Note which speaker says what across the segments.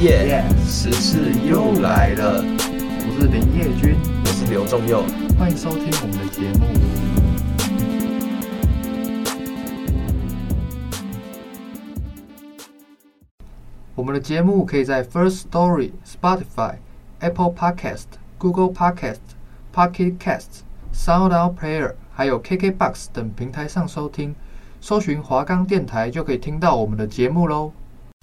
Speaker 1: 耶！时事又来了，
Speaker 2: 我是林叶君，
Speaker 1: 我是刘仲佑。
Speaker 2: 欢迎收听我们的节目。我们的节目可以在 First Story、Spotify、Apple Podcast、Google Podcast、Pocket Casts、SoundOut Player 还有 KKBox 等平台上收听，搜寻华冈电台就可以听到我们的节目喽。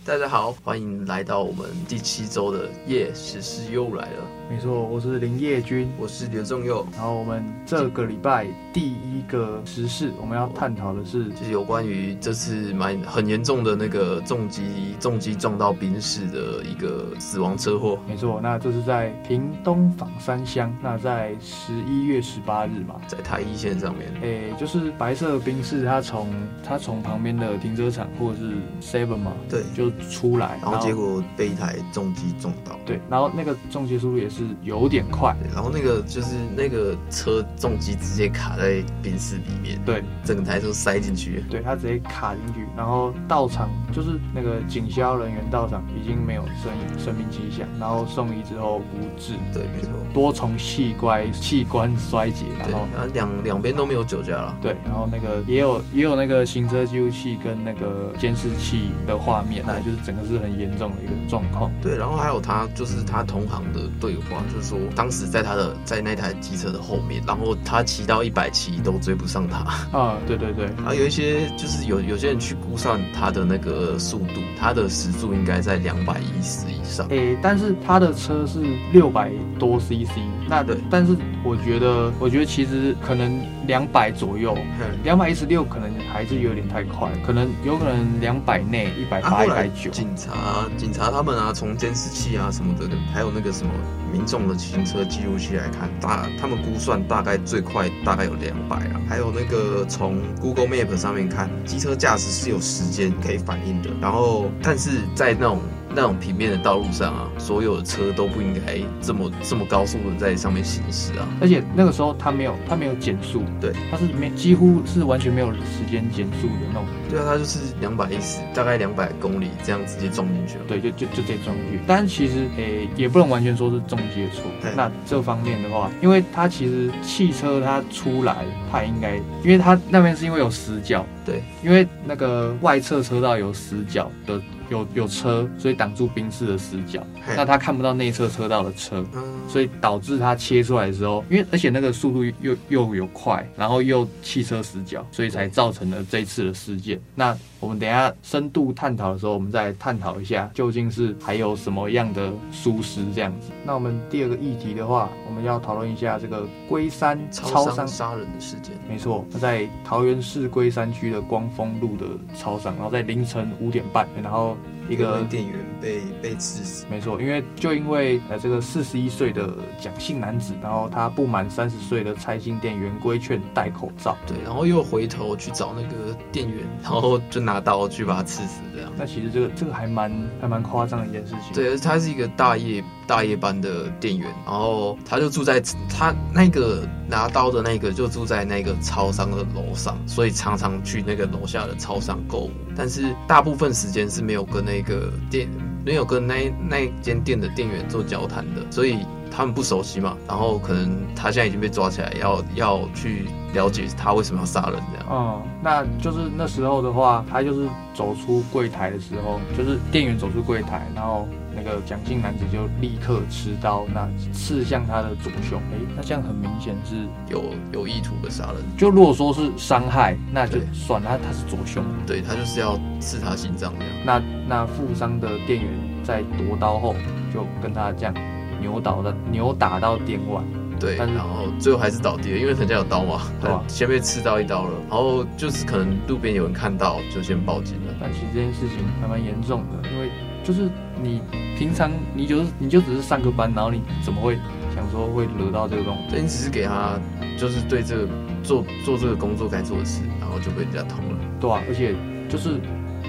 Speaker 1: 大家好，欢迎来到我们第七周的耶！时事又来了，
Speaker 2: 没错，我是林叶君。
Speaker 1: 我是刘仲佑，
Speaker 2: 然后我们这个礼拜第一个时事，我们要探讨的是
Speaker 1: 就是有关于这次蛮很严重的那个重击重击撞到宾士的一个死亡车祸。
Speaker 2: 没错，那这是在屏东访山乡，那在十一月十八日嘛。
Speaker 1: 在台一线上面，
Speaker 2: 诶、就是白色兵士，他从他从旁边的停车场或者是 Seven 嘛，
Speaker 1: 对
Speaker 2: 就出来，
Speaker 1: 然后结果被一台重机撞到。
Speaker 2: 对，然后那个重击速度也是有点快，
Speaker 1: 对然后那个就是那个车重机直接卡在宾士里面，
Speaker 2: 对，
Speaker 1: 整台都塞进去了。
Speaker 2: 对他直接卡进去，然后到场就是那个警消人员到场已经没有生生命迹象，然后送医之后无治，
Speaker 1: 对，没错。
Speaker 2: 多重器官器官衰竭，然
Speaker 1: 对，
Speaker 2: 后
Speaker 1: 然后两两边都没有酒驾了。
Speaker 2: 对，然后那个也有也有那个行车记录器跟那个监视器的画面，那就是整个是很严重的一个状况。
Speaker 1: 对，然后还有他就是他同行的对话，就是说当时在他的在那台机车的后面，然后他骑到一百骑都追不上他。
Speaker 2: 啊，对对对，
Speaker 1: 然后有一些就是有有些人去估算他的那个速度，他的时速应该在两百一十以上。
Speaker 2: 诶，但是他的车是六百多 CC，那
Speaker 1: 对
Speaker 2: 但是我觉得，我觉得其实可能两百左右。两百一十六可能还是有点太快，可能有可能两百内一百
Speaker 1: 啊
Speaker 2: 八、
Speaker 1: 后
Speaker 2: 一
Speaker 1: 来
Speaker 2: 百九，
Speaker 1: 警察警察他们啊，从监视器啊什么的，还有那个什么民众的行车记录器来看，大他们估算大概最快大概有两百啊，还有那个从 Google Map 上面看，机车驾驶是有时间可以反应的，然后但是在那种。那种平面的道路上啊，所有的车都不应该这么这么高速的在上面行驶啊。
Speaker 2: 而且那个时候他没有他没有减速，
Speaker 1: 对，
Speaker 2: 他是没几乎是完全没有时间减速的那种，
Speaker 1: 对啊，它就是两百一十，大概两百公里这样直接撞进去了。啊
Speaker 2: 对，就就就这种去。但其实诶、也不能完全说是中介错
Speaker 1: 对。
Speaker 2: 那这方面的话，因为它其实汽车它出来，它也应该，因为它那边是因为有死角，
Speaker 1: 对，
Speaker 2: 因为那个外侧车道有死角的。有有车，所以挡住宾士的死角，
Speaker 1: 嘿
Speaker 2: 那他看不到内侧车道的车，
Speaker 1: 嗯，
Speaker 2: 所以导致它切出来的时候，因为而且那个速度又又有快，然后又汽车死角，所以才造成了这一次的事件。那我们等一下深度探讨的时候，我们再探讨一下究竟是还有什么样的疏失这样子。那我们第二个议题的话，我们要讨论一下这个龟山
Speaker 1: 超
Speaker 2: 超
Speaker 1: 商
Speaker 2: 商。
Speaker 1: 杀人的事件。
Speaker 2: 没错，在桃园市龟山区的光丰路的超商，然后在凌晨五点半，然后一个
Speaker 1: 店员被被刺死。
Speaker 2: 没错，因为就因为呃这个四十一岁的蒋姓男子，然后他不满三十岁的蔡姓店员规劝戴口罩，
Speaker 1: 对，然后又回头去找那个店员，然后就拿刀去把他刺死，这样。
Speaker 2: 那其实这个这个还蛮还蛮夸张的一件事情。，
Speaker 1: 对，他是一个大夜大夜班的店员，然后他就住在他那个拿刀的那个就住在那个超商的楼上，所以常常去那个楼下的超商购物，但是大部分时间是没有跟那个店没有跟那那间店的店员做交谈的，所以。他们不熟悉嘛，然后可能他现在已经被抓起来，要要去了解他为什么要杀人这样。
Speaker 2: 嗯，那就是那时候的话，他就是走出柜台的时候，就是店员走出柜台，然后那个蒋姓男子就立刻持刀，那刺向他的左胸。诶，那这样很明显是，
Speaker 1: 有有意图的杀人，
Speaker 2: 就如果说是伤害，那就
Speaker 1: 对
Speaker 2: 算了，他他是左胸。
Speaker 1: 对他就是要刺他心脏这样。
Speaker 2: 那那负伤的店员在夺刀后，就跟他这样扭倒的扭打到店外，
Speaker 1: 对，
Speaker 2: 但是
Speaker 1: 然后最后还是倒地了，因为人家有刀嘛，
Speaker 2: 对啊
Speaker 1: 前面刺到一刀了，然后就是可能路边有人看到，就先报警了。
Speaker 2: 但其实这件事情还蛮严重的，因为就是你平常你就是你就只是上个班，然后你怎么会想说会惹到这个东西？
Speaker 1: 对你只是给他就是对这个做做这个工作该做的事，然后就被人家捅了。
Speaker 2: 对啊，而且就是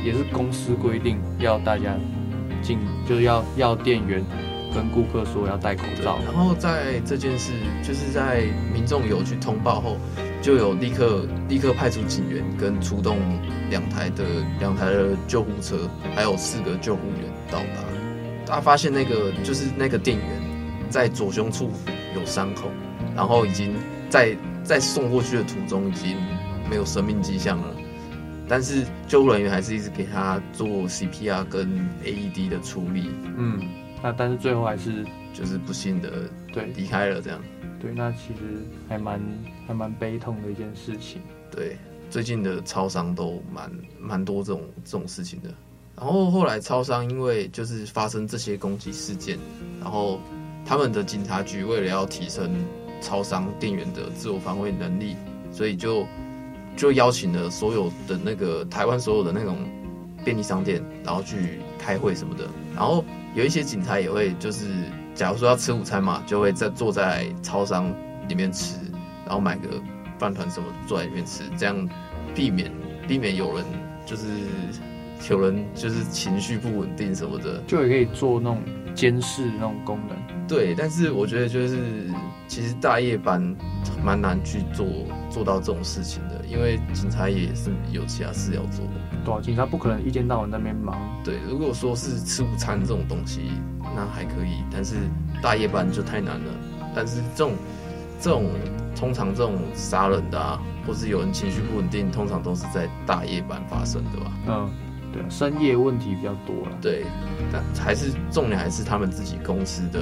Speaker 2: 也是公司规定要大家进，就是要要店员跟顾客说要戴口
Speaker 1: 对啊
Speaker 2: 罩。
Speaker 1: 然后在这件事，就是在民众有去通报后，就有立刻立刻派出警员跟出动两台的两台的救护车，还有四个救护员到达。大家发现那个就是那个店员在左胸处有伤口，然后已经在在送过去的途中已经没有生命迹象了。但是救护人员还是一直给他做 CPR 跟 AED 的处理，
Speaker 2: 嗯，那但是最后还是
Speaker 1: 就是不幸的
Speaker 2: 对
Speaker 1: 离开了这样。
Speaker 2: 对，那其实还蛮还蛮悲痛的一件事情。
Speaker 1: 对，最近的超商都蛮蛮多这种这种事情的。然后后来超商因为就是发生这些攻击事件，然后他们的警察局为了要提升超商店员的自我防卫能力，所以就就邀请了所有的那个台湾所有的那种便利商店，然后去开会什么的。然后有一些警察也会就是，假如说要吃午餐嘛，就会在坐在超商里面吃，然后买个饭团什么坐在里面吃，这样避免避免有人就是有人就是情绪不稳定什么的。
Speaker 2: 就也可以做那种监视那种功能。
Speaker 1: 对，但是我觉得就是其实大夜班蛮难去做做到这种事情的，因为警察也是有其他事要做。
Speaker 2: 对啊，警察不可能一天到晚在那边忙。
Speaker 1: 对，如果说是吃午餐这种东西，那还可以，但是大夜班就太难了。但是这种这种通常这种杀人的啊，或是有人情绪不稳定，通常都是在大夜班发生的吧？
Speaker 2: 嗯，对啊，深夜问题比较多了。
Speaker 1: 对，但还是重点还是他们自己公司的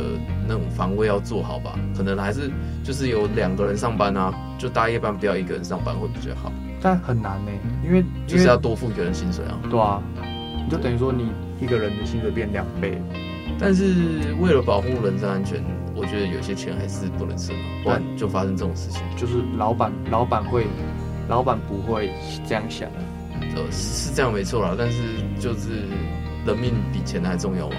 Speaker 1: 那种防卫要做好吧。可能还是就是有两个人上班啊，就大夜班不要一个人上班会比较好，
Speaker 2: 但很难呢、因为
Speaker 1: 就
Speaker 2: 因
Speaker 1: 是
Speaker 2: 为
Speaker 1: 要多付一个人薪水啊。
Speaker 2: 对啊，你就等于说你一个人的薪水变两倍。
Speaker 1: 但是为了保护人身安全，我觉得有些钱还是不能省啊，不然就发生这种事情。
Speaker 2: 就是老板老板会，老板不会这样想啊。
Speaker 1: 呃，是是这样没错啦，但是就是人命比钱还重要嘛。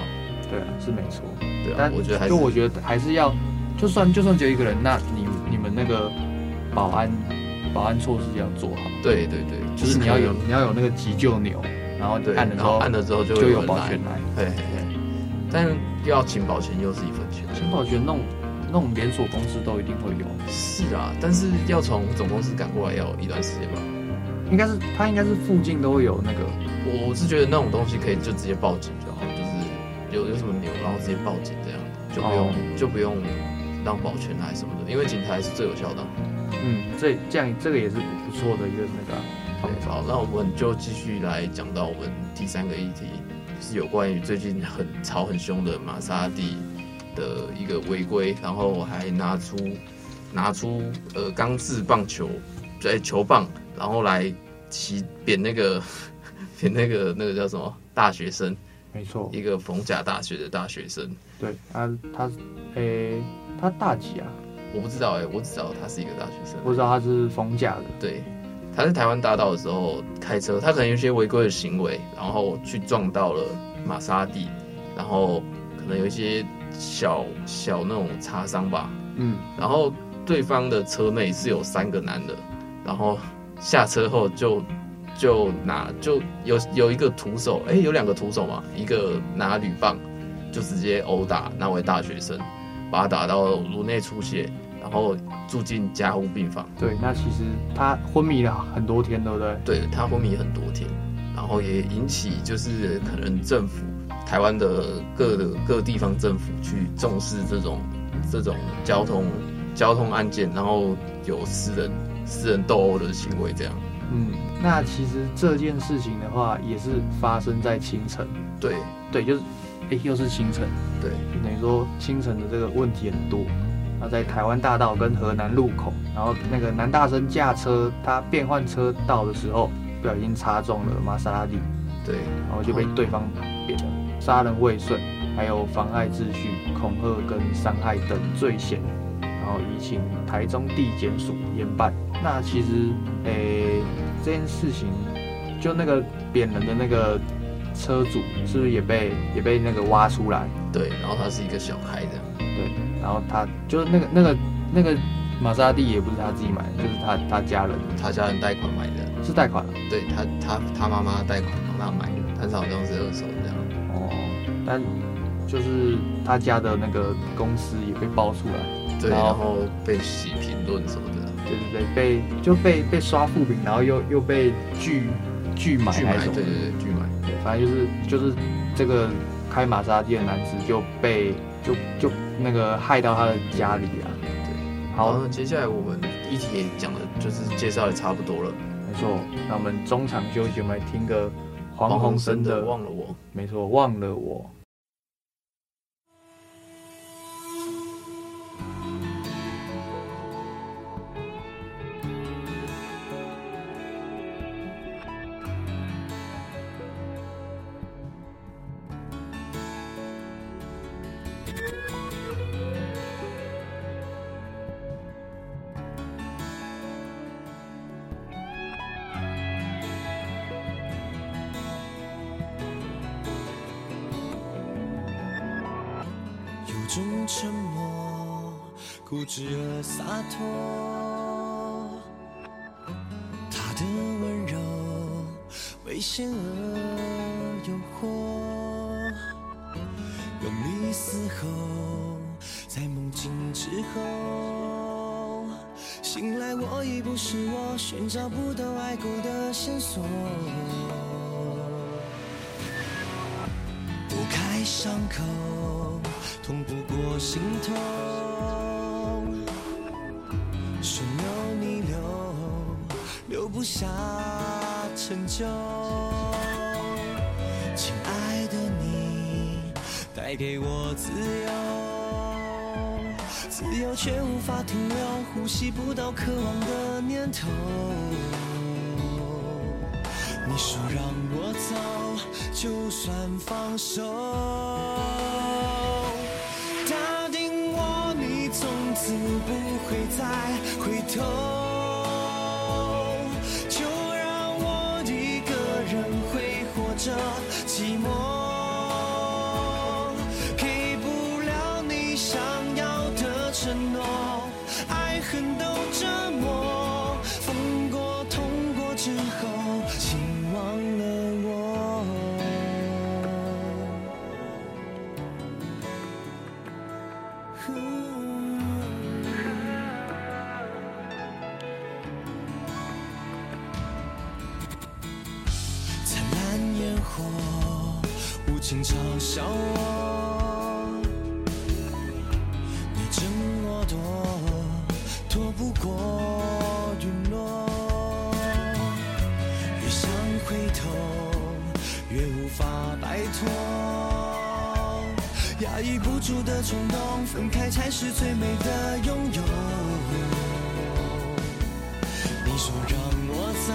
Speaker 2: 对啊，是没错。
Speaker 1: 对啊
Speaker 2: 但，
Speaker 1: 我觉得还是
Speaker 2: 就我觉得还是要，就算就算只有一个人，那你你们那个保安保安措施要做好，
Speaker 1: 对对对，
Speaker 2: 就是你要有你要有那个急救钮，然后你
Speaker 1: 对，
Speaker 2: 按的
Speaker 1: 然
Speaker 2: 时
Speaker 1: 后
Speaker 2: 候
Speaker 1: 按了之后就
Speaker 2: 就
Speaker 1: 会
Speaker 2: 有
Speaker 1: 人
Speaker 2: 保
Speaker 1: 来
Speaker 2: 全来。
Speaker 1: 嘿嘿嘿，但要请保全又是一份钱。
Speaker 2: 请保全那种那种连锁公司都一定会有，
Speaker 1: 是啊，但是要从总公司赶过来要一段时间吧。
Speaker 2: 应该是他应该是附近都会有那个，
Speaker 1: 我是觉得那种东西可以就直接报警就好，就是有有什么牛，然后直接报警这样，就不用、就不用让保全来什么的，因为警察还是最有效的啊。
Speaker 2: 嗯，这这样这个也是不错的一个那个啊方
Speaker 1: 对，
Speaker 2: 法。
Speaker 1: 好，那我们就继续来讲到我们第三个议题，就是有关于最近很吵很凶的玛莎拉蒂的一个违规，然后还拿出拿出呃钢制棒球，对球棒，然后来骑扁那个 扁那个那个叫什么大学生，
Speaker 2: 没错，
Speaker 1: 一个逢甲大学的大学生，
Speaker 2: 对啊，他诶、他大几啊？
Speaker 1: 我不知道哎、我只知道他是一个大学生，
Speaker 2: 我知道他是封架的，
Speaker 1: 对，他在台湾大道的时候开车，他可能有一些违规的行为，然后去撞到了玛莎拉蒂，然后可能有一些小小那种擦伤吧。
Speaker 2: 嗯，
Speaker 1: 然后对方的车内是有三个男的，然后下车后就就拿就有有一个徒手，哎，有两个徒手嘛，一个拿铝棒就直接殴打那位大学生，把他打到颅内出血，然后住进加护病房。
Speaker 2: 对，那其实他昏迷了很多天，对不对？
Speaker 1: 对他昏迷很多天，然后也引起就是可能政府台湾的各的各地方政府去重视这种这种交通交通案件，然后有私人私人斗殴的行为这样。
Speaker 2: 嗯，那其实这件事情的话，也是发生在清晨，
Speaker 1: 对
Speaker 2: 对，就是诶、又是清晨，
Speaker 1: 对
Speaker 2: 就等于说清晨的这个问题很多。那在台湾大道跟河南路口，然后那个男大生驾车，他变换车道的时候，不小心擦中了玛莎拉蒂，
Speaker 1: 对
Speaker 2: 然后就被对方扁了，杀人未遂，还有妨碍秩序、恐吓跟伤害等罪嫌，然然后移请台中地检署严办。那其实，诶、这件事情，就那个扁人的那个车主是不是也被也被那个挖出来？
Speaker 1: 对，然后他是一个小孩这样，
Speaker 2: 然后他就是那个那个那个玛莎拉蒂也不是他自己买的，就是他他家人
Speaker 1: 他家人贷款买的，
Speaker 2: 是贷款啊
Speaker 1: 对他他他妈妈贷款帮他买的，但是好像是二手这样。
Speaker 2: 哦，但就是他家的那个公司也被爆出来，
Speaker 1: 对，
Speaker 2: 然后
Speaker 1: 然后被洗评论什么的，
Speaker 2: 对对对，被就被被刷负评，然后又又被拒拒买
Speaker 1: 拒
Speaker 2: 还
Speaker 1: 买，
Speaker 2: 是什
Speaker 1: 对
Speaker 2: 么
Speaker 1: 对
Speaker 2: 的？
Speaker 1: 对，拒买，
Speaker 2: 对，反正就是就是这个开玛莎拉蒂的男子就被就就那个害到他的家里啊。
Speaker 1: 对。
Speaker 2: 好，
Speaker 1: 那接下来我们议题也讲了，就是介绍也差不多了。
Speaker 2: 没错，那我们中场休息，我们来听个黄
Speaker 1: 黄
Speaker 2: 宏
Speaker 1: 鸿
Speaker 2: 生
Speaker 1: 生
Speaker 2: 的
Speaker 1: 的忘了我，
Speaker 2: 没错，忘了我。
Speaker 3: 有种沉默，固执而洒脱。他的温柔，危险而诱惑。用力嘶吼，在梦境之后，醒来我已不是我，寻找不到爱过的线索。不开伤口，痛不过心痛。水流逆流，留不下陈旧。亲爱的你，带给我自由，自由却无法停留，呼吸不到渴望的念头。你说让我走，就算放手。答应我，你从此不会再回头。就让我一个人挥霍着寂寞，给不了你想要的承诺，爱恨都折磨，疯过、痛过之后，请忘了我。灿烂烟火，无情嘲笑我。你争我夺，躲不过陨落。越想回头，越无法摆脱。压抑不住的冲动，分开才是最美的拥有。你说让我走，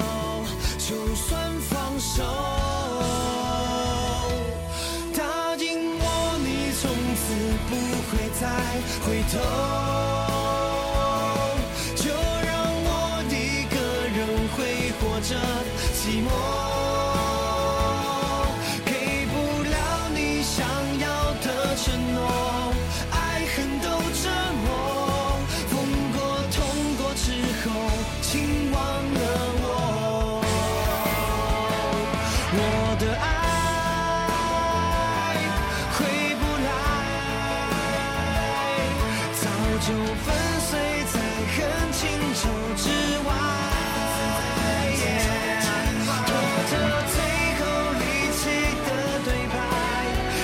Speaker 3: 就算放手。答应我，你从此不会再回头。就让我一个人挥霍着寂寞，给不了你想要的承诺，爱恨都折磨，疯过、痛过之后，请忘了我，我的爱回不来。早就粉碎在恨情仇之外。我的最后离奇的对白，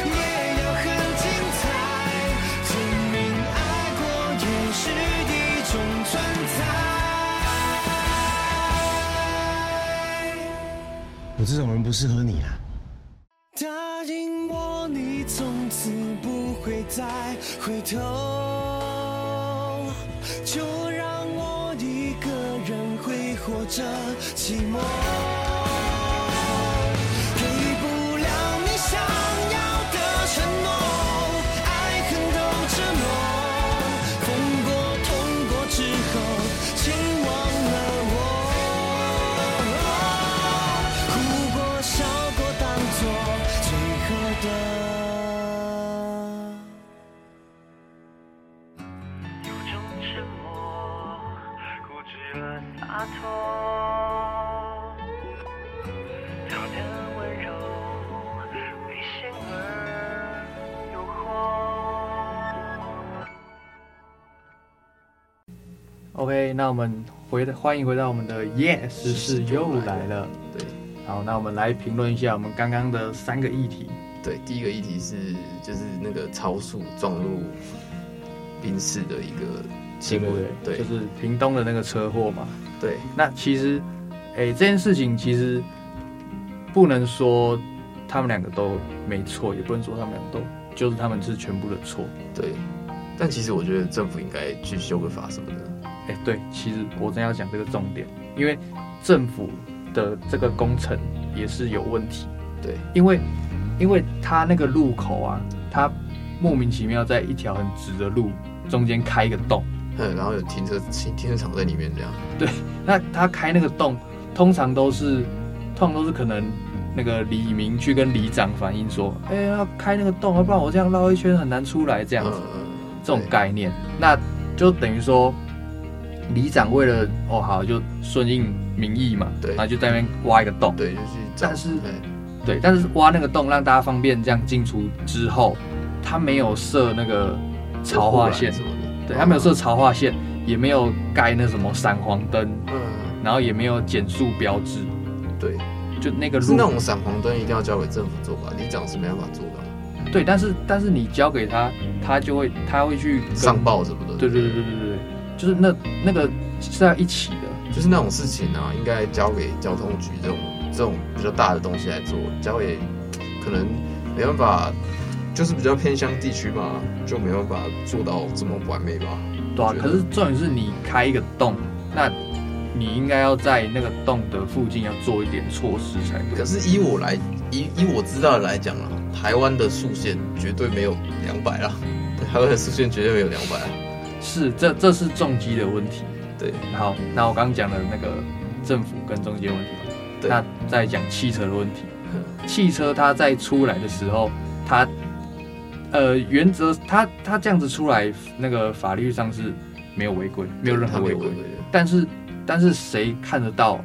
Speaker 3: 也要很精彩，证明爱过也是一种存在。
Speaker 4: 我这种人不适合你啊。
Speaker 3: 答应我，你从此不会再回头。就让我一个人挥霍着寂寞，给不了你想要的承诺，爱恨都折磨，疯过、痛的。
Speaker 5: 有种沉默，固执而洒脱。他的温柔，危险而诱惑。
Speaker 2: OK，那我们回欢迎回到我们的耶时事又来了。
Speaker 1: 对
Speaker 2: 好，那我们来评论一下我们刚刚的三个议题。
Speaker 1: 对，第一个议题是就是那个超速撞入宾士的一个新闻，对
Speaker 2: 就是屏东的那个车祸嘛。
Speaker 1: 对
Speaker 2: 那其实，诶、这件事情其实不能说他们两个都没错，也不能说他们两个都就是他们是全部的错。
Speaker 1: 对，但其实我觉得政府应该去修个法什么的，
Speaker 2: 哎、对，其实我真要讲这个重点，因为政府的这个工程也是有问题，
Speaker 1: 对
Speaker 2: 因为因为它那个路口啊，它莫名其妙在一条很直的路中间开一个洞，
Speaker 1: 嗯，然后有停车停停车场在里面这样，
Speaker 2: 那它开那个洞，通常都是通常都是可能那个里民去跟里长反映说，哎、要开那个洞，要不然我这样绕一圈很难出来这样子。
Speaker 1: 嗯
Speaker 2: 这种概念，那就等于说，里长为了哦好就顺应民意嘛，
Speaker 1: 对
Speaker 2: 然后就在那边挖一个洞，
Speaker 1: 对，对就是找，
Speaker 2: 但是
Speaker 1: 嗯
Speaker 2: 对，但是挖那个洞让大家方便这样进出之后，他没有设那个潮化线
Speaker 1: 啊护栏什，哦么的，
Speaker 2: 对，他没有设潮化线，也没有盖那什么闪黄灯，
Speaker 1: 嗯，
Speaker 2: 然后也没有减速标志，
Speaker 1: 对，
Speaker 2: 就那个
Speaker 1: 是
Speaker 2: 路
Speaker 1: 那种闪黄灯一定要交给政府做吧，里长是没办法做的，啊
Speaker 2: 对，但是但是你交给他，他就会他会去跟
Speaker 1: 上，报什么的，
Speaker 2: 对对对对对对，就是那那个是要一起的。
Speaker 1: 就是那种事情啊，应该交给交通局这种这种比较大的东西来做，交给可能没办法，就是比较偏乡地区嘛，就没办法做到这么完美吧。
Speaker 2: 对
Speaker 1: 我，
Speaker 2: 啊
Speaker 1: 觉
Speaker 2: 可
Speaker 1: 得
Speaker 2: 是重点是你开一个洞，那你应该要在那个洞的附近要做一点措施才对
Speaker 1: 可。是以我来以以我知道的来讲啊，台湾的速限绝对没有两百啦，对台湾的速限绝对没有两百啊。
Speaker 2: 是，这这是重机的问题。
Speaker 1: 对
Speaker 2: 好，那我刚刚讲的那个政府跟重机的问题嘛，
Speaker 1: 对，
Speaker 2: 那再讲汽车的问题。汽车它在出来的时候，它呃原则它它这样子出来，那个法律上是没有违规，没有任何
Speaker 1: 他
Speaker 2: 违
Speaker 1: 有
Speaker 2: 规
Speaker 1: 违。规的。
Speaker 2: 但是但是谁看得到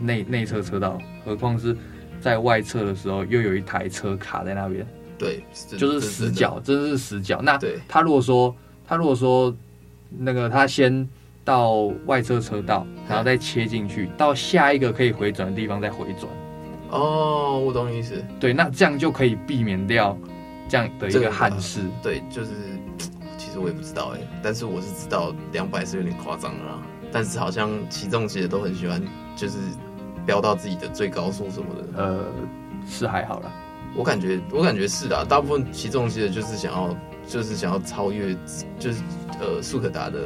Speaker 2: 内内侧车道？何况是在外侧的时候，又有一台车卡在那边，
Speaker 1: 对，这
Speaker 2: 就
Speaker 1: 这
Speaker 2: 是死角，真的是死角。那
Speaker 1: 对
Speaker 2: 他如果说他如果说那个他先到外侧车道，然后再切进去，到下一个可以回转的地方再回转，
Speaker 1: 哦，我懂你意思。
Speaker 2: 对，那这样就可以避免掉这样的一
Speaker 1: 这
Speaker 2: 个
Speaker 1: 个
Speaker 2: 憾事。
Speaker 1: 对，就是其实我也不知道哎、但是我是知道两百是有点夸张了啦。但是好像起重机的都很喜欢，就是飙到自己的最高速什么的。
Speaker 2: 呃，是还好啦，
Speaker 1: 我感觉，我感觉是啦，大部分起重机的就是想要，就是想要超越，就是呃速可达的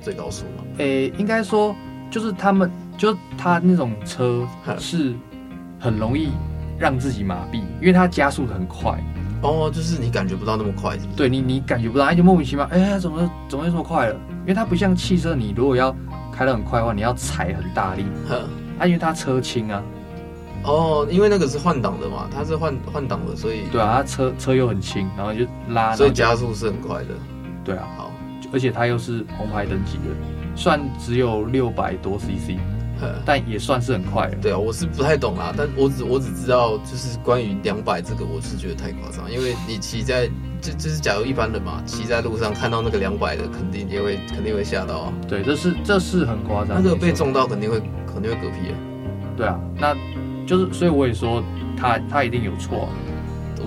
Speaker 1: 最高速嘛。
Speaker 2: 诶、应该说就是他们，就是他那种车
Speaker 1: 哼
Speaker 2: 是很容易让自己麻痹，因为它加速的很快，
Speaker 1: 哦，就是你感觉不到那么快，是不是？
Speaker 2: 对你你感觉不到，哎，就莫名其妙，哎、怎么怎么会这么快了？因为它不像汽车，你如果要开得很快的话，你要踩很大力，
Speaker 1: 哼
Speaker 2: 啊，因为它车轻啊，
Speaker 1: 哦，因为那个是换挡的嘛，它是换换挡的，所以
Speaker 2: 对啊啊，它车车又很轻，然后就拉，
Speaker 1: 所以
Speaker 2: 然后就
Speaker 1: 加速是很快的。
Speaker 2: 对啊，
Speaker 1: 好，
Speaker 2: 而且它又是红牌等级的，算只有六百多 CC，
Speaker 1: 哼。
Speaker 2: 但也算是很快了。
Speaker 1: 对啊，我是不太懂啦，但我只我只知道就是关于两百这个，我是觉得太夸张，因为你骑在就就是假如一般人嘛，骑在路上看到那个两百的，肯定也会肯定会吓到啊，
Speaker 2: 对，这是这是很夸张。
Speaker 1: 那个被
Speaker 2: 没错
Speaker 1: 撞到肯定会肯定会嗝屁啊，
Speaker 2: 对啊，那就是所以我也说他他一定有错、啊，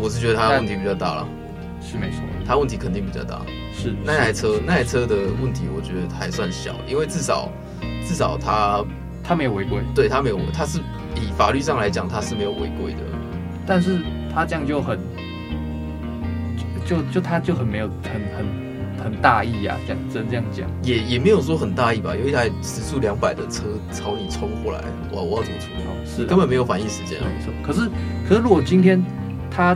Speaker 1: 我是觉得他的问题比较大了，
Speaker 2: 是没错，
Speaker 1: 他问题肯定比较大。
Speaker 2: 是
Speaker 1: 那台车
Speaker 2: 是
Speaker 1: 那台车的问题，我觉得还算小，因为至少至少他
Speaker 2: 他没有违规，
Speaker 1: 对他没有，他是以法律上来讲他是没有违规的，
Speaker 2: 但是他这样就很就就就他就很没有很很很大意啊，讲真这样讲，
Speaker 1: 也也没有说很大意吧，有一台时速两百的车朝你冲过来，我我要怎么处理？
Speaker 2: 哦是啊
Speaker 1: 根本没有反应时间啊。
Speaker 2: 没错。可是可是如果今天他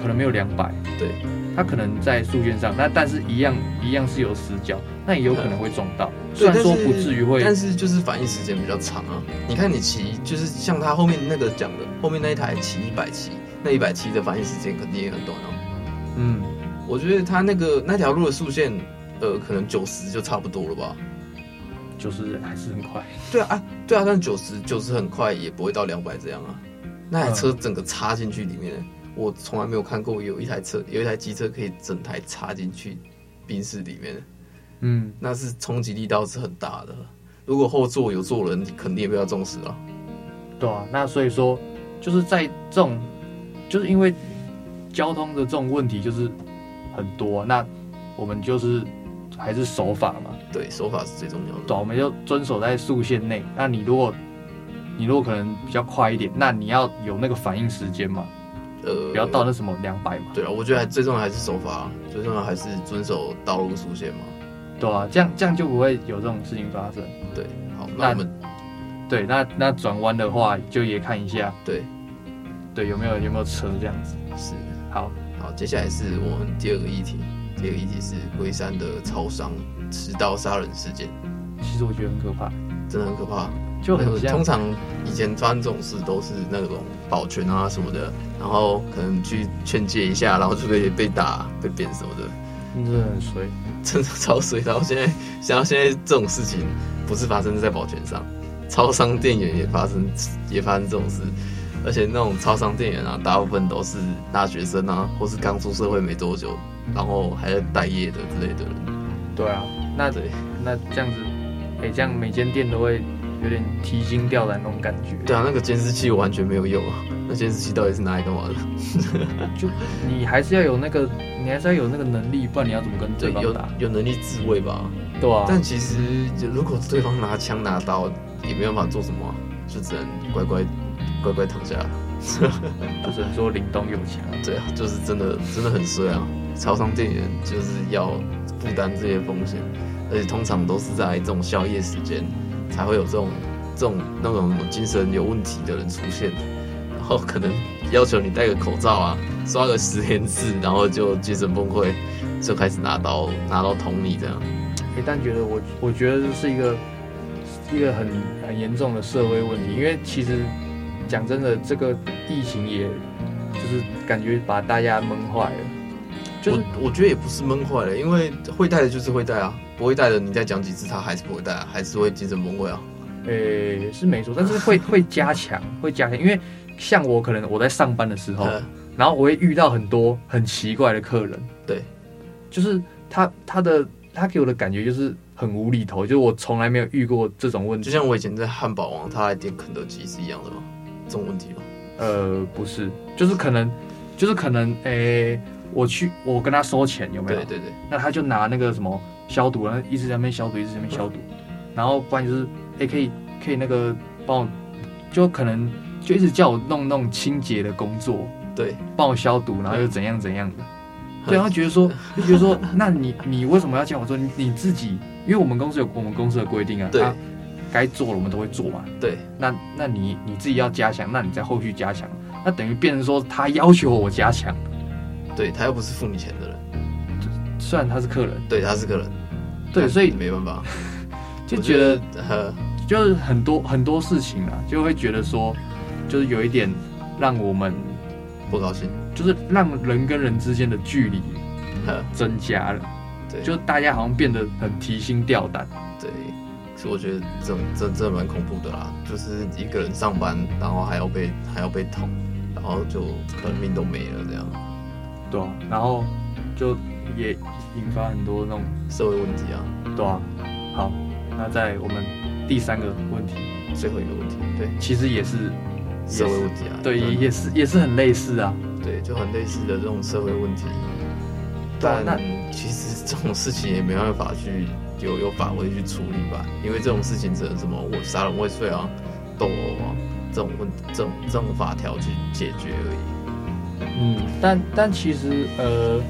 Speaker 2: 可能没有两百，
Speaker 1: 对，
Speaker 2: 他可能在速线上，那但是一样一样是有死角，那也有可能会撞到，虽
Speaker 1: 对
Speaker 2: 然说
Speaker 1: 但是
Speaker 2: 不至于会，
Speaker 1: 但是就是反应时间比较长啊。你看你骑，就是像他后面那个讲的，后面那一台骑一百骑，那一百七的反应时间肯定也很短啊。
Speaker 2: 嗯，
Speaker 1: 我觉得他那个那条路的速限，呃，可能九十就差不多了吧。
Speaker 2: 就是还是很快。
Speaker 1: 对啊，啊对啊，但九十九十很快也不会到两百这样啊。那台车整个插进去里面，我从来没有看过有一台车有一台机车可以整台插进去冰室里面，
Speaker 2: 嗯，
Speaker 1: 那是冲击力道是很大的。如果后座有坐人，肯定也被他撞死了。
Speaker 2: 对啊，那所以说就是在这种，就是因为交通的这种问题就是很多，啊那我们就是还是守法嘛，
Speaker 1: 对，手法是最重要的。
Speaker 2: 对啊、我们就遵守在速限内。那你如果你如果可能比较快一点，那你要有那个反应时间嘛，
Speaker 1: 呃，
Speaker 2: 不要到那什么两百嘛，
Speaker 1: 对啊，我觉得还最重要还是手法啊，最重要还是遵守道路速限嘛。
Speaker 2: 对啊，这样这样就不会有这种事情发生。
Speaker 1: 对，好，
Speaker 2: 那
Speaker 1: 那我们
Speaker 2: 对，那那转弯的话就也看一下，
Speaker 1: 对
Speaker 2: 对有没有有没有车这样子。
Speaker 1: 是
Speaker 2: 好，
Speaker 1: 好，接下来是我们第二个议题，第二个议题是龟山的超商持刀杀人事件，
Speaker 2: 其实我觉得很可怕，
Speaker 1: 真的很可怕。
Speaker 2: 就很
Speaker 1: 那个
Speaker 2: 像
Speaker 1: 通常以前发生这种事都是那种保全啊什么的，然后可能去劝诫一下，然后就被被打、被扁什么的，
Speaker 2: 真的很衰。
Speaker 1: 真的超水。然后现在，然后现在这种事情不是发生在保全上，超商店员也发生，也发生这种事。而且那种超商店员啊，大部分都是大学生啊，或是刚出社会没多久，然后还在待业的之类的人。
Speaker 2: 对啊，那
Speaker 1: 对
Speaker 2: 那这样子，哎、这样每间店都会有点提心吊胆那种感觉。
Speaker 1: 对啊，那个监视器完全没有用啊！那监视器到底是拿来干嘛的？
Speaker 2: 就你还是要有那个，你还是要有那个能力，不然你要怎么跟
Speaker 1: 对
Speaker 2: 对，方
Speaker 1: 有
Speaker 2: 打？
Speaker 1: 有能力自卫吧？
Speaker 2: 对啊，
Speaker 1: 但其实就如果对方拿枪拿刀，也没办法做什么啊、就只能乖乖乖乖躺下。
Speaker 2: 就只能说灵动有强。
Speaker 1: 对啊，就是真的真的很衰啊！超商店员就是要负担这些风险，而且通常都是在这种宵夜时间才会有这种这种那种什么精神有问题的人出现，然后可能要求你戴个口罩啊，刷个十连字，然后就精神崩溃，就开始拿刀拿刀捅你这样。
Speaker 2: 哎、但觉得我我觉得这是一个一个很很严重的社会问题，因为其实讲真的，这个疫情也就是感觉把大家闷坏了，就是
Speaker 1: 我我觉得也不是闷坏了，因为会带的就是会带啊，不会带的你再讲几次他还是不会带、啊，还是会精神崩溃啊。
Speaker 2: 诶、是没错，但是 会会加强，会加强，因为像我可能我在上班的时候，
Speaker 1: 呃
Speaker 2: 然后我会遇到很多很奇怪的客人，
Speaker 1: 对，
Speaker 2: 就是他他的他给我的感觉就是很无厘头，就是我从来没有遇过这种问
Speaker 1: 就
Speaker 2: 题。
Speaker 1: 像我以前在汉堡王他来点肯德基是一样的吗？这种问题吗？
Speaker 2: 呃，不是，就是可能就是可能诶、我去我跟他收钱有没
Speaker 1: 对
Speaker 2: 有？
Speaker 1: 对对，
Speaker 2: 那他就拿那个什么消毒，然后一直在那边消毒，一直在那边消毒，然后不然就是哎、可以可以那个帮我，就可能就一直叫我弄那种清洁的工作，
Speaker 1: 对，
Speaker 2: 帮我消毒，然后又怎样怎样的。对，然后觉得说，就觉得说， 那你你为什么要叫我做？你你自己，因为我们公司有我们公司的规定啊，
Speaker 1: 对
Speaker 2: 啊该做的我们都会做嘛。
Speaker 1: 对
Speaker 2: 那那你你自己要加强，那你在后续加强，那等于变成说他要求我加强，
Speaker 1: 对，他又不是付你钱的人，
Speaker 2: 虽然他是客人，
Speaker 1: 对他是个人，
Speaker 2: 对，所以
Speaker 1: 没办法，
Speaker 2: 就
Speaker 1: 嗯我
Speaker 2: 觉得
Speaker 1: 呃，
Speaker 2: 就是很多很多事情啊，就会觉得说，就是有一点让我们
Speaker 1: 不高兴，
Speaker 2: 就是让人跟人之间的距离
Speaker 1: 呵，
Speaker 2: 增加了，
Speaker 1: 对，
Speaker 2: 就大家好像变得很提心吊胆。
Speaker 1: 对，所以我觉得这种这这蛮恐怖的啦，就是一个人上班，然后还要被还要被捅，然后就可能命都没了这样。
Speaker 2: 对啊，然后就也引发很多那种，
Speaker 1: 社会问题啊，
Speaker 2: 对啊。好，那在我们第三个问题，
Speaker 1: 最后一个问题，对，
Speaker 2: 其实也是
Speaker 1: 社会问题啊，
Speaker 2: 对，也
Speaker 1: 嗯
Speaker 2: 也是也是很类似啊。
Speaker 1: 对，就很类似的这种社会问题。
Speaker 2: 对啊
Speaker 1: 但其实这种事情也没办法去有有法规去处理吧，因为这种事情只能什么我杀人未遂啊、斗殴啊这种问这种这种法条去解决而已。
Speaker 2: 嗯，但但其实呃，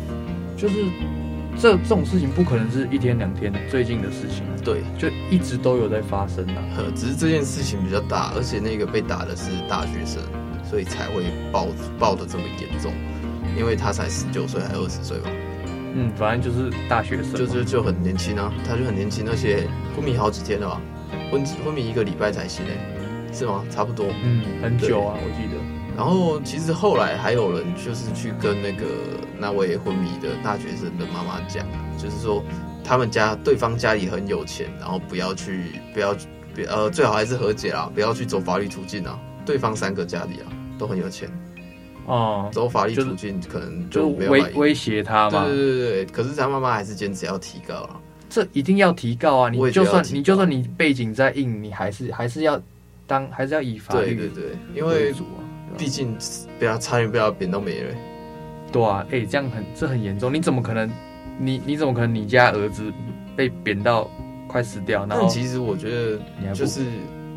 Speaker 2: 就是这这种事情不可能是一天两天最近的事情，啊
Speaker 1: 对，
Speaker 2: 就一直都有在发生啊。
Speaker 1: 呃，只是这件事情比较大，而且那个被打的是大学生，所以才会爆爆的这么严重，因为他才十九岁还二十岁吧。
Speaker 2: 嗯，反正就是大学生嘛，
Speaker 1: 就是就很年轻啊，他就很年轻，而且昏迷好几天了吧？啊昏昏迷一个礼拜才醒哎、是吗？差不多，
Speaker 2: 嗯很久啊，我记得。
Speaker 1: 然后其实后来还有人就是去跟那个那位昏迷的大学生的妈妈讲，就是说他们家对方家里很有钱，然后不要去不要不呃最好还是和解啦，不要去走法律途径啊。对方三个家里啊都很有钱，
Speaker 2: 哦、
Speaker 1: 走法律途径可能
Speaker 2: 就
Speaker 1: 就没有
Speaker 2: 威
Speaker 1: 办法赢。
Speaker 2: 威胁他嘛
Speaker 1: 对，对对对，可是他妈妈还是坚持要提高啊。
Speaker 2: 这一定要提告啊！
Speaker 1: 我
Speaker 2: 你
Speaker 1: 也觉
Speaker 2: 就
Speaker 1: 得要
Speaker 2: 算
Speaker 1: 提告
Speaker 2: 你就算你背景再硬，你还是还是要当还是要以法
Speaker 1: 对
Speaker 2: 律
Speaker 1: 对对，因
Speaker 2: 为
Speaker 1: 为
Speaker 2: 主啊。对
Speaker 1: 毕
Speaker 2: 吧
Speaker 1: 竟被他差点被他扁到没了。
Speaker 2: 对啊，哎、这样很这很严重，你怎么可能？你你怎么可能？你家儿子被扁到快死掉，然后
Speaker 1: 但其实我觉
Speaker 2: 你
Speaker 1: 得，
Speaker 2: 还不
Speaker 1: 就是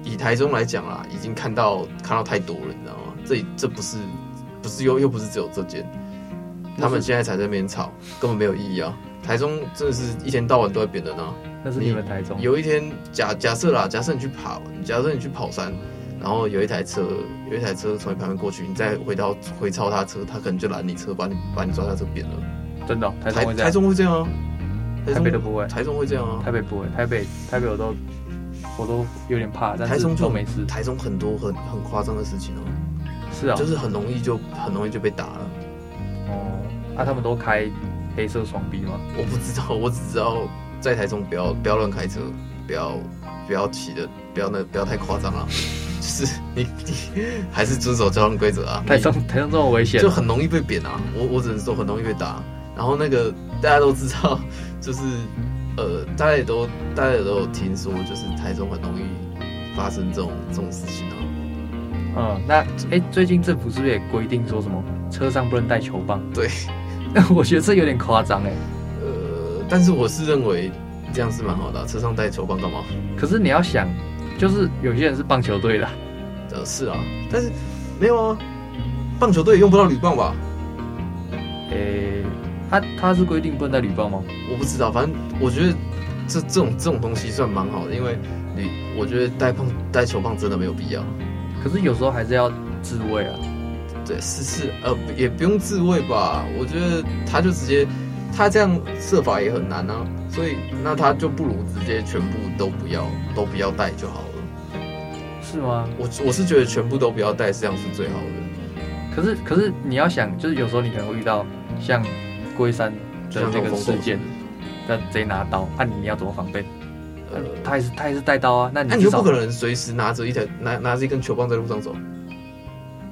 Speaker 1: 以台中来讲啊啦，已经看到看到太多了，你知道吗？这这不是不是又又不是只有这间，他们现在才在那边吵，根本没有意义啊！台中真的是一天到晚都在扁人啊！
Speaker 2: 那是你们台中
Speaker 1: 有一天假假设啦，假设你去跑，假设你去跑山，然后有一台车有一台车从你旁边过去，你再回到回超他车，他可能就拦你车，把你把你抓他车扁了。
Speaker 2: 真的哦、台中
Speaker 1: 台
Speaker 2: 会这
Speaker 1: 台
Speaker 2: 样，
Speaker 1: 中会这样啊？台
Speaker 2: 台
Speaker 1: 中
Speaker 2: 北都不会
Speaker 1: 台中会这样啊
Speaker 2: 台？北不会，台北台北我都我都有点怕，但
Speaker 1: 台
Speaker 2: 是
Speaker 1: 中就
Speaker 2: 都没事。
Speaker 1: 台中很多很很夸张的事情哦、
Speaker 2: 是啊，
Speaker 1: 就是很容易就很容易就被打了。
Speaker 2: 哦，啊，他们都开黑色双臂吗？
Speaker 1: 我不知道，我 只知道在台中不要不要乱开车，不要不要骑的不要那不要太夸张了， 就是你你还是遵守交通规则啊。
Speaker 2: 台
Speaker 1: 你
Speaker 2: 中 台中这么危险啊，
Speaker 1: 就很容易被扁啊，我我只能说很容易被打。然后那个大家都知道， 就是呃，大家也都大家也都有听说，就是台中很容易发生这种这种事情啊。
Speaker 2: 嗯，那哎、最近政府是不是也规定说什么车上不能带球棒？
Speaker 1: 对，
Speaker 2: 我觉得这有点夸张哎。
Speaker 1: 呃，但是我是认为这样是蛮好的啊、车上带球棒干嘛？
Speaker 2: 可是你要想，就是有些人是棒球队的啊，
Speaker 1: 呃，是啊，但是没有啊，棒球队也用不到铝棒吧？
Speaker 2: 诶、他他是规定不能带铝棒吗？
Speaker 1: 我不知道，反正我觉得这这种这种东西算蛮好的，因为你我觉得带棒带球棒真的没有必要。
Speaker 2: 可是有时候还是要自卫啊。
Speaker 1: 对，是是，呃，不也不用自卫吧？我觉得他就直接，他这样设法也很难啊，所以那他就不如直接全部都不要，都不要带就好了。
Speaker 2: 是吗？
Speaker 1: 我我是觉得全部都不要带，这样是最好的。
Speaker 2: 可是可是你要想，就是有时候你可能会遇到像龟山的
Speaker 1: 像
Speaker 2: 这个
Speaker 1: 龙凤
Speaker 2: 事
Speaker 1: 狗
Speaker 2: 件，那贼拿刀，那、你要怎么防备？
Speaker 1: 呃，
Speaker 2: 他也是他也是带刀啊，那你
Speaker 1: 那、你
Speaker 2: 至
Speaker 1: 又
Speaker 2: 少
Speaker 1: 不可能随时拿着一台拿拿着一根球棒在路上走。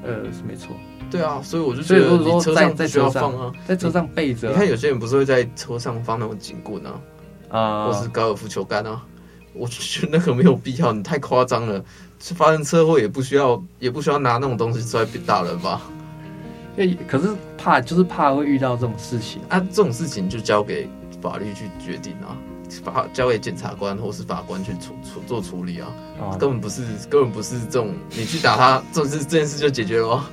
Speaker 2: 呃是没错，
Speaker 1: 对啊，所以我就
Speaker 2: 所
Speaker 1: 觉
Speaker 2: 以
Speaker 1: 得
Speaker 2: 如果
Speaker 1: 你
Speaker 2: 说
Speaker 1: 车
Speaker 2: 在
Speaker 1: 上不
Speaker 2: 在
Speaker 1: 需
Speaker 2: 车
Speaker 1: 要
Speaker 2: 上
Speaker 1: 放啊。
Speaker 2: 在车上备着
Speaker 1: 你看有些人不是会在车上放那种警棍啊，
Speaker 2: 啊，
Speaker 1: 或是高尔夫球杆啊，我就觉得那个没有必要，你太夸张了。发生车祸也不需要，也不需要拿那种东西出来扁打人吧？
Speaker 2: 因为可是怕就是怕会遇到这种事情，
Speaker 1: 啊，这种事情就交给法律去决定啊，法交给检察官或是法官去处处做处理啊，
Speaker 2: 哦
Speaker 1: 根本不是根本不是这种你去打他，这事这件事就解决了、哦，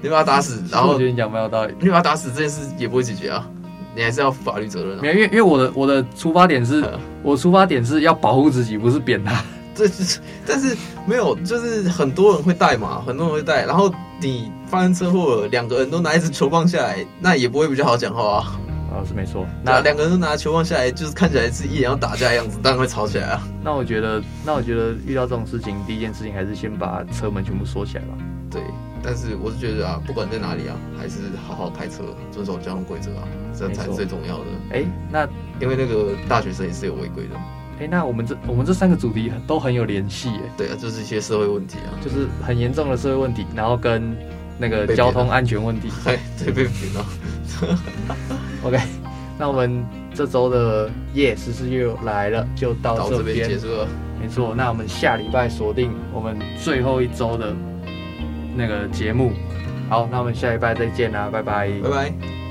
Speaker 1: 你把他打死，然
Speaker 2: 我
Speaker 1: 后
Speaker 2: 觉
Speaker 1: 你
Speaker 2: 得你讲蛮有道理。
Speaker 1: 把他打死这件事也不会解决啊，你还是要负法律责任啊
Speaker 2: 没。有，因为因为我的我的出发点 是，我出发点是要保护自己，不是扁他。
Speaker 1: 这是，但是没有，就是很多人会带嘛，很多人会带。然后你发生车祸了，两个人都拿一支球棒下来，那也不会比较好讲话啊。
Speaker 2: 啊，是没错。
Speaker 1: 那
Speaker 2: 那
Speaker 1: 两个人都拿球棒下来，就是看起来是一脸要打架的样子，当然会吵起来啊。
Speaker 2: 那我觉得，那我觉得遇到这种事情，第一件事情还是先把车门全部锁起来吧。
Speaker 1: 对，但是我是觉得啊，不管在哪里啊，还是好好开车，遵守交通规则啊，这才是最重要的。
Speaker 2: 哎，那
Speaker 1: 因为那个大学生也是有违规的，
Speaker 2: 哎，那我们这我们这三个主题都很有联系，哎，
Speaker 1: 对啊，就是一些社会问题啊。
Speaker 2: 就是很严重的社会问题，然后跟那个
Speaker 1: 被扁
Speaker 2: 交通安全问题。
Speaker 1: 哎，对，被评了。
Speaker 2: OK，那 我们这周的夜十四又来了，就到
Speaker 1: 到
Speaker 2: 这
Speaker 1: 这边
Speaker 2: 边
Speaker 1: 结。束了，
Speaker 2: 没错，那我们下礼拜锁定我们最后一周的那个节目。好，那我们下礼拜再见啦，拜拜
Speaker 1: 拜拜。